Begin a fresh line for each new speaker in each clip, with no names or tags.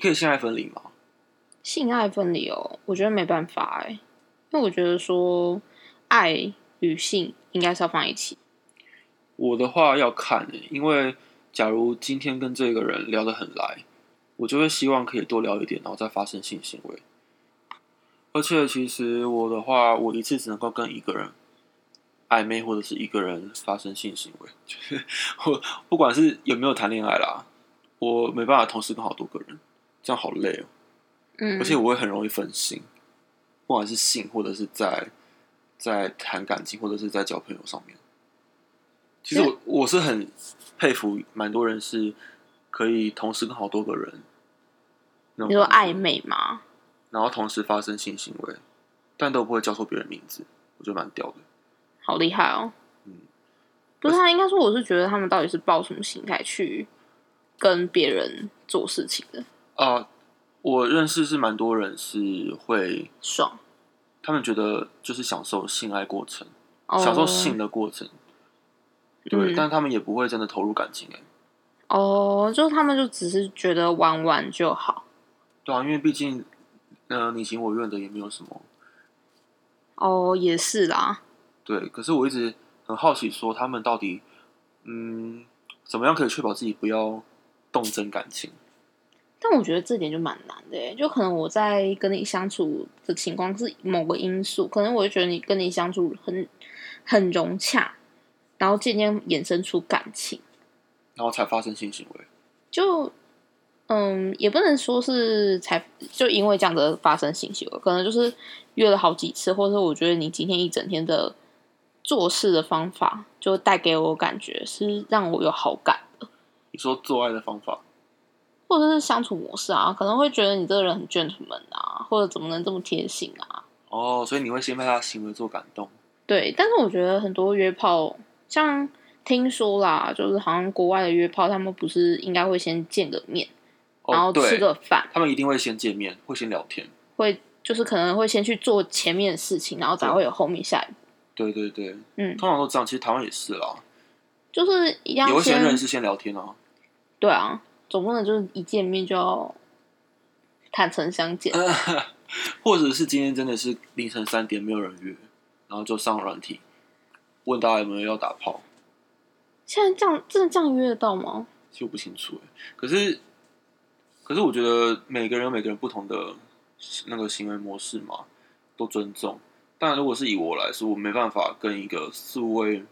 可以性爱分离吗？
性爱分离哦，我觉得没办法哎、因为我觉得说爱与性应该是要放在一起。
我的话要看、欸，因为假如今天跟这个人聊得很来，我就会希望可以多聊一点，然后再发生性行为。而且其实我的话，我一次只能够跟一个人暧昧，或者是一个人发生性行为。 就是我不管是有没有谈恋爱啦，我没办法同时跟好多个人，这样好累哦、
嗯，
而且我会很容易分心，不管是性或者是在在谈感情，或者是在交朋友上面。其实我我是很佩服蛮多人是可以同时跟好多个人，那种
你说
感觉
暧昧吗？
然后同时发生性行为，但都不会叫错别人名字，我觉得蛮屌的。
好厉害哦！
嗯
不是他，啊应该说我是觉得他们到底是抱什么心态去跟别人做事情的？
啊、我认识是蛮多人是会，
爽，
他们觉得就是享受性爱过程，
哦
享受性的过程，对，
嗯
但他们也不会真的投入感情哎、
哦，就是他们就只是觉得玩玩就好
对啊，因为毕竟，呃，你情我愿的也没有什么
哦，也是啦，
对，可是我一直很好奇，说他们到底，嗯，怎么样可以确保自己不要动真感情？
但我觉得这点就蛮难的耶，就可能我在跟你相处的情况是某个因素，可能我就觉得你跟你相处很很融洽，然后渐渐衍生出感情。
然后才发生性行为？
就嗯，也不能说是才就因为这样的发生性行为，可能就是约了好几次，或者是我觉得你今天一整天的做事的方法，就带给我感觉是让我有好感的，
你说做爱的方法，
或者是相处模式啊，可能会觉得你这个人很 gentleman 啊，或者怎么能这么贴心啊？
哦，所以你会先被他的行为做感动，
对，但是我觉得很多约炮，像听说啦，就是好像国外的约炮，他们不是应该会先见个面，然
哦，
后
对，
吃个饭。
他们一定会先见面，会先聊天，
会就是可能会先去做前面的事情，然后才会有后面下一步。
对对对，
嗯，
通常都这样，其实台湾也是啦，
就是一定
也
要
会先
先
认识先聊天啊，
对啊，总不能就是一见面就要坦诚相见。
呃或者是今天真的是凌晨三点没有人约，然后就上软体，问大家有没有要打炮，
现在这样真的这样约得到吗？
就不清楚欸。可是，可是我觉得每个人有每个人不同的那个行为模式嘛，都尊重。但如果是以我来说，我没办法跟一个素未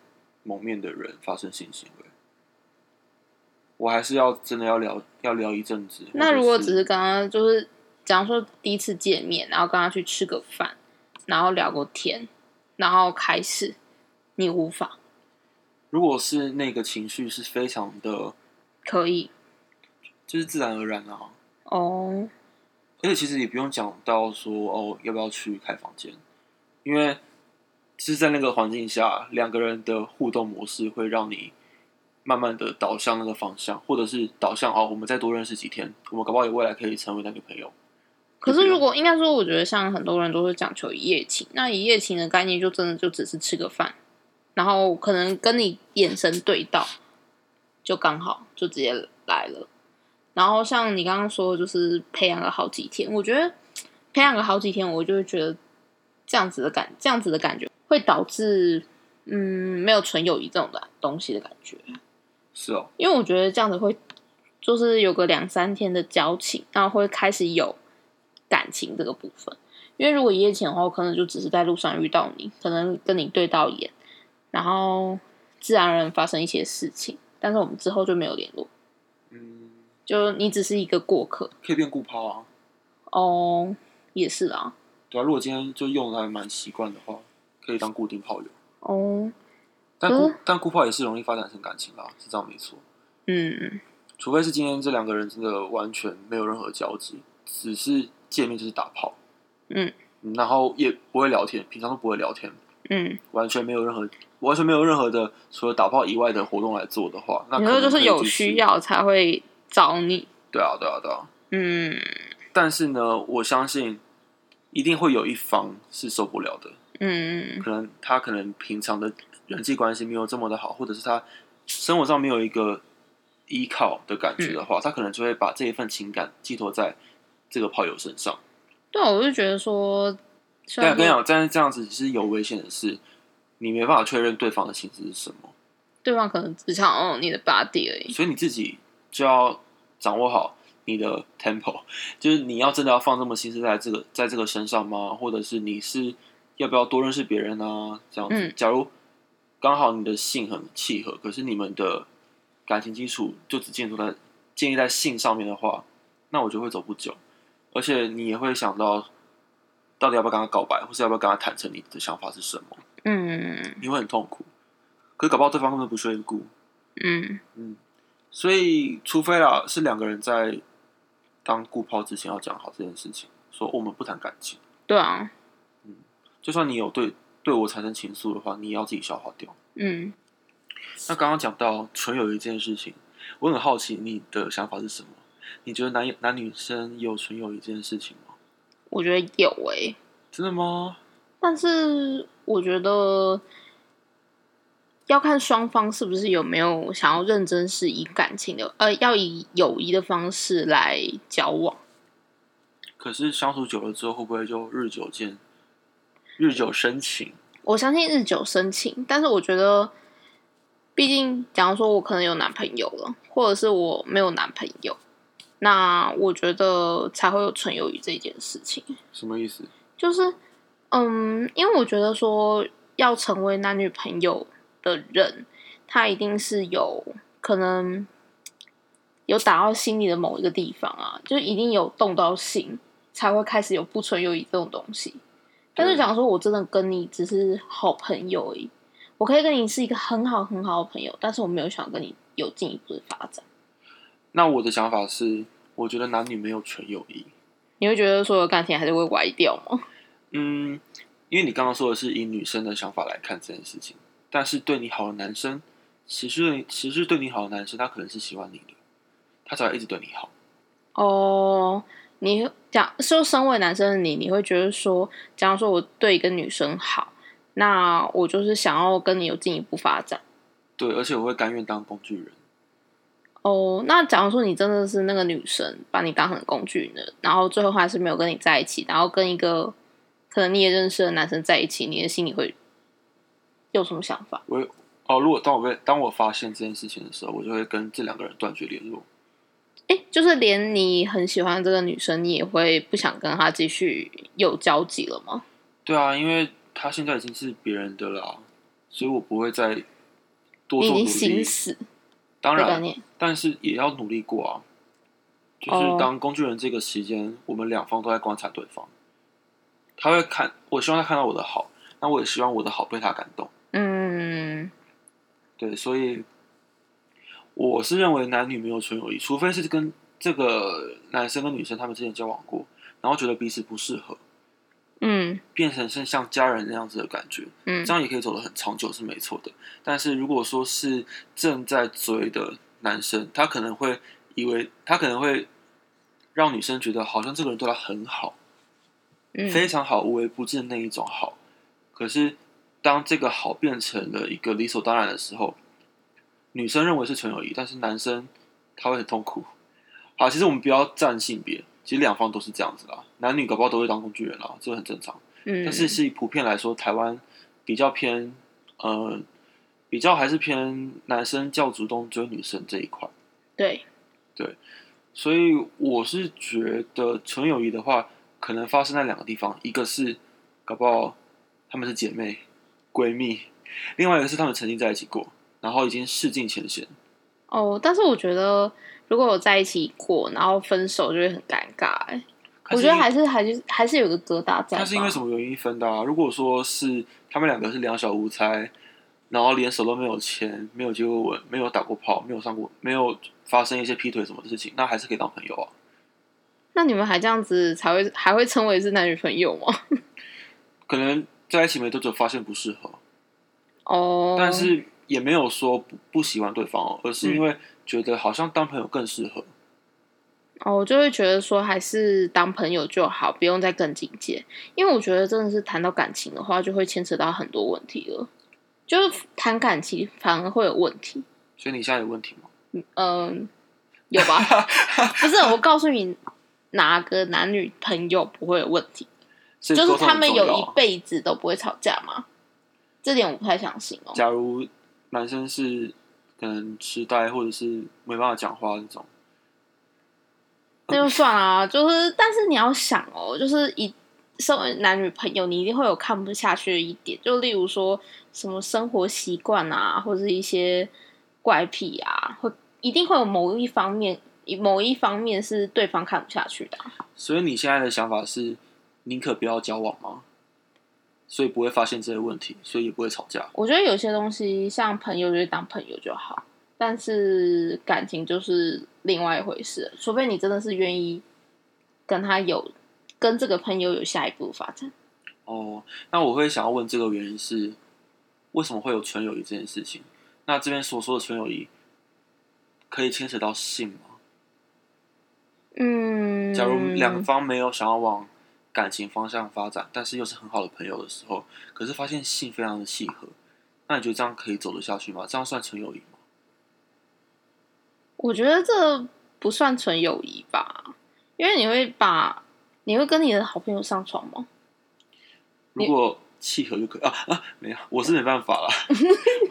谋面的人发生性行为，我还是要真的要聊要聊一阵子。
那
或者
如果只是刚刚就是，假如说第一次见面，然后跟他去吃个饭，然后聊个天，然后开始，你无法
如果是那个情绪是非常的，
可以
就是自然而然啊，
哦，
而且其实也不用讲到说哦要不要去开房间，因为是在那个环境下，两个人的互动模式会让你慢慢的导向那个方向，或者是导向哦我们再多认识几天，我们搞不好也未来可以成为那个朋友。
可是如果应该说，我觉得像很多人都是讲求一夜情，那一夜情的概念就真的就只是吃个饭，然后可能跟你眼神对到，就刚好就直接来了。然后像你刚刚说，就是培养了好几天，我觉得培养了好几天，我就会觉得这样子的感，这样子的感觉会导致嗯没有纯友谊这种的东西的感觉。
是哦，
因为我觉得这样子会，就是有个两三天的交情，然后会开始有感情这个部分。因为如果一夜情的话，我可能就只是在路上遇到你，可能跟你对到眼，然后自然而然发生一些事情，但是我们之后就没有联络，
嗯，
就你只是一个过客
可以变顾抛啊，
哦，也是啊，
对啊，如果今天就用的还蛮习惯的话，可以当固定炮友，
哦，
但固、
嗯
但固炮也是容易发展成感情啦，是这样没错。
嗯，
除非是今天这两个人真的完全没有任何交集，只是见面就是打炮，
嗯，
然后也不会聊天，平常都不会聊天，
嗯，
完全没有任何完全没有任何的除了打炮以外的活动来做的话，那
你
可
说
能
就是有
可以继续
需，要才会找你，
对啊，对啊，对啊。
嗯
但是呢，我相信一定会有一方是受不了的，
嗯
可能他可能平常的人际关系没有这么的好，或者是他生活上没有一个依靠的感觉的话，他可能就会把这一份情感寄托在这个炮友身上。
对啊，我就觉得说，虽
但
然
跟你
说
讲，但是这样子其实有危险的是，你没办法确认对方的心思是什么，
对方可能只想哦你的 body 而已，
所以你自己就要掌握好你的 tempo，就是 你要真的要放这么心思在这个在这个身上吗？或者是你是要不要多认识别人啊？这样子，
嗯
假如刚好你的性很契合，可是你们的感情基础就只建立在建立在性上面的话，那我就会走不久，而且你也会想到到底要不要跟他告白，或是要不要跟他坦诚你的想法是什么。
嗯
你会很痛苦。可是搞不好对方根本不屑一顾，
嗯，
所以除非啦是两个人在当顾炮之前要讲好这件事情，说我们不谈感情，
对啊，
就算你有对对我产生情愫的话，你也要自己消化掉。
嗯，
那刚刚讲到纯友谊这件事情，我很好奇你的想法是什么？你觉得男男女生有纯友谊这件事情吗？
我觉得有诶、
真的吗？
但是我觉得要看双方是不是有没有想要认真是以感情的，呃，要以友谊的方式来交往。
可是相处久了之后，会不会就日久见，日久生情？
我相信日久生情，但是我觉得，毕竟假如说我可能有男朋友了，或者是我没有男朋友，那我觉得才会有纯友谊这件事情。
什么意思？
就是，嗯，因为我觉得说要成为男女朋友的人，他一定是有可能有打到心里的某一个地方啊，就一定有动到心，才会开始有不纯友谊这种东西。但是
对
讲说，我真的跟你只是好朋友而已，我可以跟你是一个很好很好的朋友，但是我没有想跟你有进一步的发展。
那我的想法是，我觉得男女没有纯友谊。
你会觉得所有感情还是会歪掉吗？
嗯，因为你刚刚说的是以女生的想法来看这件事情，但是对你好的男生，其实其实对你好的男生，他可能是喜欢你的，他才会一直对你好。
哦，你讲说身为男生的你，你会觉得说，假如说我对一个女生好，那我就是想要跟你有进一步发展。
对，而且我会甘愿当工具人。
哦，那假如说你真的是那个女生把你当成工具人，然后最后还是没有跟你在一起，然后跟一个可能你也认识的男生在一起，你的心里会有什么想法？
我会哦，如果当我被当我发现这件事情的时候，我就会跟这两个人断绝联络。
诶，就是连你很喜欢这个女生，你也会不想跟她继续有交集了吗？
对啊，因为他现在已经是别人的啦，所以我不会再多做
你已
努
经心
力。
死
当
的概
然，
念。
但是也要努力过啊。就
哦
是当工具人这个时间，我们两方都在观察对方，他会看，我希望他看到我的好，那我也希望我的好被他感动。
嗯，
对，所以我是认为男女没有纯友谊，除非是跟这个男生跟女生他们之前交往过，然后觉得彼此不适合，
嗯
变成是像家人那样子的感觉，
嗯
这样也可以走得很长久是没错的。但是如果说是正在追的男生，他可能会以为他可能会让女生觉得好像这个人对他很好，非
嗯，
常好，无微不至的那一种好。可是当这个好变成了一个理所当然的时候，女生认为是纯友谊，但是男生他会很痛苦。好，其实我们不要站性别，其实两方都是这样子啦，男女搞不好都会当工具人啦，这个很正常。
嗯，
但是是以普遍来说，台湾比较偏呃，比较还是偏男生较主动追女生这一块，
对，
所以我是觉得纯友谊的话，可能发生在两个地方，一个是搞不好她们是姐妹闺蜜，另外一个是她们曾经在一起过，然后已经试尽前嫌。
哦，但是我觉得如果我在一起过，然后分手就会很尴尬、欸，
可
我
是
觉得
因
还是还是还是有个疙瘩在吧。
那是因为什么原因分的啊？如果说是他们两个是两小无猜，然后连手都没有牵，没有接过吻，没有打过炮，没有上过，没有发生一些劈腿什么的事情，那还是可以当朋友啊。
那你们还这样子才会还会称为是男女朋友吗？
可能在一起没多久发现不适合，
哦，
但是也没有说不不喜欢对方、哦，而是因
嗯
为觉得好像当朋友更适合。
哦，我就会觉得说还是当朋友就好，不用再更进阶，因为我觉得真的是谈到感情的话，就会牵扯到很多问题了，就是谈感情反而会有问题。
所以你现在有问题吗？
嗯，有吧？ 不是，我告诉你，哪个男女朋友不会有问题？
就
就是他们有一
一
辈子都不会吵架吗？这点我不太相信哦。
假如男生是可能痴呆或者是没办法讲话那种，
那就算啦、就是但是你要想哦，就是一身为男女朋友，你一定会有看不下去的一点，就例如说什么生活习惯啊，或者一些怪癖啊，会一定会有某一方面。某一方面是对方看不下去的啊、
所以你现在的想法是宁可不要交往吗？所以不会发现这些问题，所以也不会吵架。
我觉得有些东西像朋友就是当朋友就好，但是感情就是另外一回事了，除非你真的是愿意跟他有跟这个朋友有下一步发展。
哦，那我会想要问这个原因是为什么会有纯友谊这件事情？那这边所说的纯友谊可以牵扯到性吗？
嗯，
假如两方没有想要往感情方向发展，但是又是很好的朋友的时候，可是发现性非常的契合，那你觉得这样可以走得下去吗？这样算纯友谊吗？
我觉得这不算纯友谊吧，因为你会把你会跟你的好朋友上床吗？
如果契合就可以啊啊，没有，我是没办 法啦，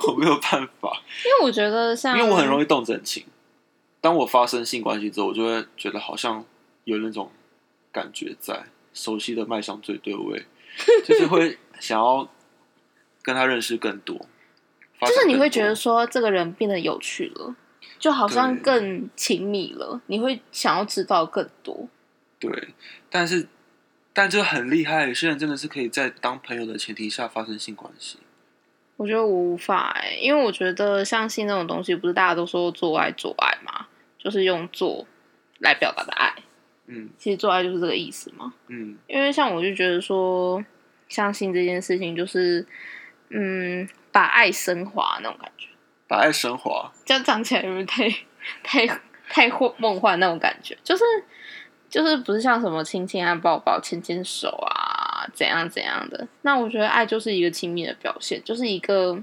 我没有办法，
因为我觉得
因
像，
为我很容易动真情。当我发生性关系之后，我就会觉得好像有那种感觉在，熟悉的迈向最对味，就是会想要跟他认识更多，就
就是你会觉得说这个人变得有趣了，就好像
对
更亲密了，你会想要知道更多。
对，但是但这很厉害，有些人真的是可以在当朋友的前提下发生性关系。
我觉得我无法哎、因为我觉得像性这种东西，不是大家都说做爱做爱嘛，就是用做来表达的爱，
嗯
其实做爱就是这个意思嘛。
嗯，
因为像我就觉得说，像性这件事情，就是嗯，把爱升华那种感觉，
把爱升华，
这样讲起来有点太 太太幻梦幻那种感觉，就是就是不是像什么亲亲啊、抱抱、牵牵手啊，怎样怎样的。那我觉得爱就是一个亲密的表现，就是一个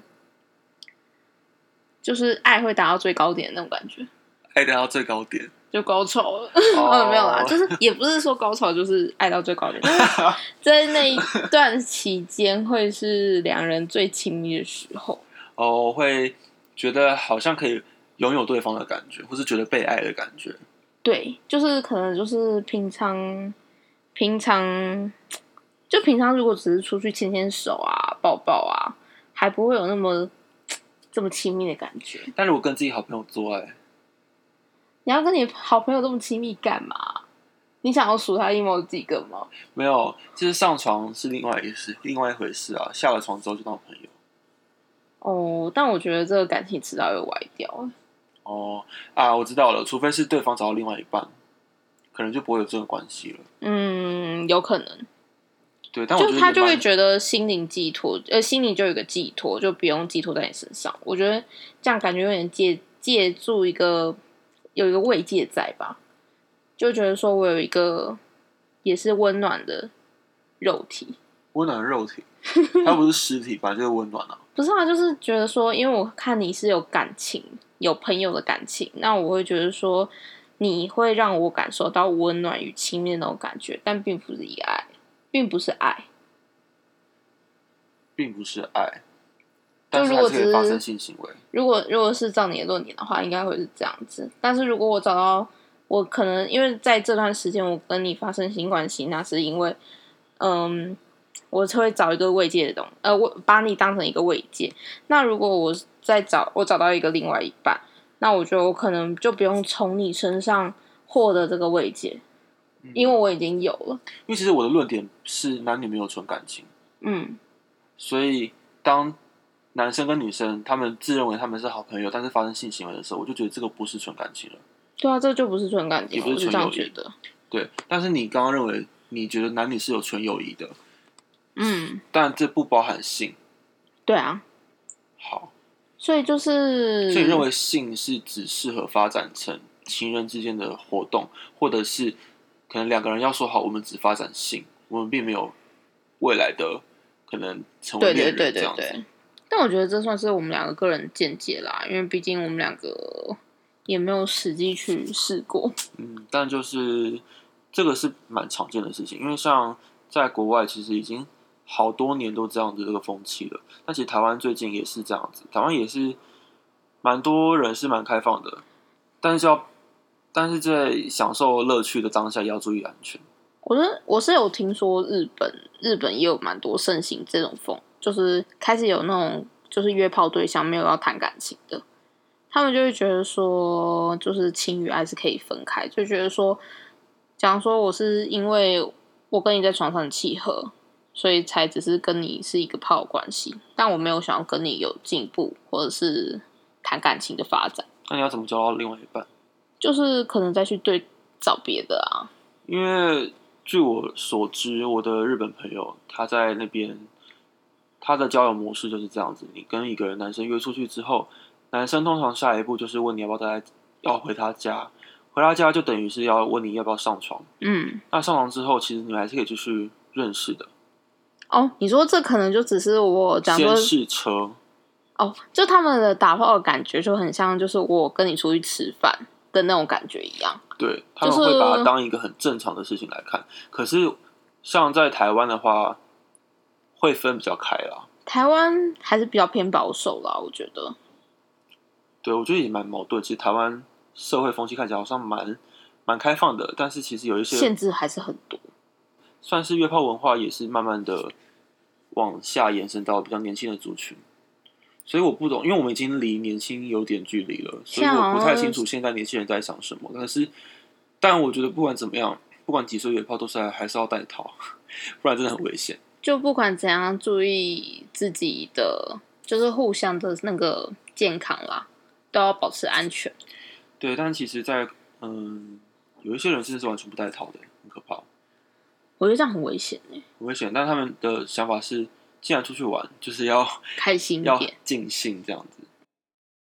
就是爱会达到最高点的那种感觉，
爱达到最高点。
就高潮了。
哦
哦， 没有啦，就是也不是说高潮就是爱到最高点，但是在那一段期间会是两人最亲密的时候。
哦，会觉得好像可以拥有对方的感觉，或是觉得被爱的感觉。
对，就是可能就是平常平常就平常如果只是出去牵牵手啊、抱抱啊，还不会有那么这么亲密的感觉。
但如果跟自己好朋友做爱，
你要跟你好朋友这么亲密干嘛？你想要数他一毛几个吗？
没有，就是上床是另外一事，另外一回事啊。下了床之后就当朋友。
哦，但我觉得这个感情迟早会歪掉。
哦啊，我知道了，除非是对方找到另外一半，可能就不会有这种关系了。
嗯，有可能，
对，但我觉
就
得
他
你
就
蛮
会觉得心灵寄托，呃，心里就有一个寄托，就不用寄托在你身上。我觉得这样感觉有点借借助一个有一个慰藉在吧，就觉得说我有一个也是温暖的肉体，
温暖的肉 体，它不是尸体，本来就是温暖啊。
不是啊，就是觉得说，因为我看你是有感情、有朋友的感情，那我会觉得说，你会让我感受到温暖与亲密的那种感觉，但并不是以爱，并不是爱。
并不是爱，
就
但
如
是
果
还
只
是
是
可以发生性行为。
如果如果是照你的论点的话，应该会是这样子。但是如果我找到我可能因为在这段时间我跟你发生性关系，那是因为嗯，我会找一个慰藉的东，呃，我把你当成一个慰藉。那如果我再找我找到一个另外一半，那我觉得我可能就不用从你身上获得这个慰藉，
嗯
因为我已经有了。
因为其实我的论点是男女没有纯感情，
嗯，
所以当男生跟女生他们自认为他们是好朋友，但是发生性行为的时候，我就觉得这个不是纯感情了。
对啊，这就不是纯感情，
也不是
我是
纯
这样
友谊
觉得。
对，但是你刚刚认为你觉得男女是有纯友谊的，
嗯，
但这不包含性。
对啊，
好，
所以就是，
所以你认为性是只适合发展成情人之间的活动，或者是可能两个人要说好，我们只发展性，我们并没有未来的可能成为
对
恋
对对
人这
对
样子。
对。但我觉得这算是我们两个个人见解啦，因为毕竟我们两个也没有实际去试过。
嗯，但就是这个是蛮常见的事情，因为像在国外其实已经好多年都这样子这个风气了，但其实台湾最近也是这样子，台湾也是蛮多人是蛮开放的，但是要但是在享受乐趣的当下也要注意安全。
我是我是有听说日本日本也有蛮多盛行这种风，就是开始有那种就是约炮对象没有要谈感情的，他们就会觉得说，就是情与爱是可以分开，就觉得说，假如说我是因为我跟你在床上很契合，所以才只是跟你是一个炮友关系，但我没有想要跟你有进步或者是谈感情的发展，
那你要怎么交到另外一半？
就是可能再去对找别的啊，
因为据我所知，我的日本朋友他在那边，他的交友模式就是这样子：你跟一个人男生约出去之后，男生通常下一步就是问你要不要待在，要回他家，回他家就等于是要问你要不要上床。
嗯。
那上床之后，其实你们还是可以继续认识的，
哦，你说这可能就只是我讲
先
说
试车。
哦，就他们的打炮的感觉就很像，就是我跟你出去吃饭的那种感觉一样。
对他
就
们会把它
是
当一个很正常的事情来看。可是像在台湾的话，会分比较开啦。
台湾还是比较偏保守啦，我觉得。
对，我觉得也蛮矛盾。其实台湾社会风气看起来好像蛮蛮开放的，但是其实有一些
限制还是很多。
算是约炮文化也是慢慢的往下延伸到比较年轻的族群。所以我不懂，因为我们已经离年轻有点距离了，所以
现在
我
好
不太
像
清楚现在年轻人在想什么。但是，但我觉得不管怎么样，不管几岁约炮，都是还还是要带套， 不然真的很危险。
就不管怎样，注意自己的，就是互相的那个健康啦，都要保持安全。
对，但其实在，嗯，有一些人甚至是完全不带套的，很可怕，
我觉得这样很危险欸诶、
很危险。但他们的想法是，既然出去玩，就是要
开心一
要
点。
尽兴这样子。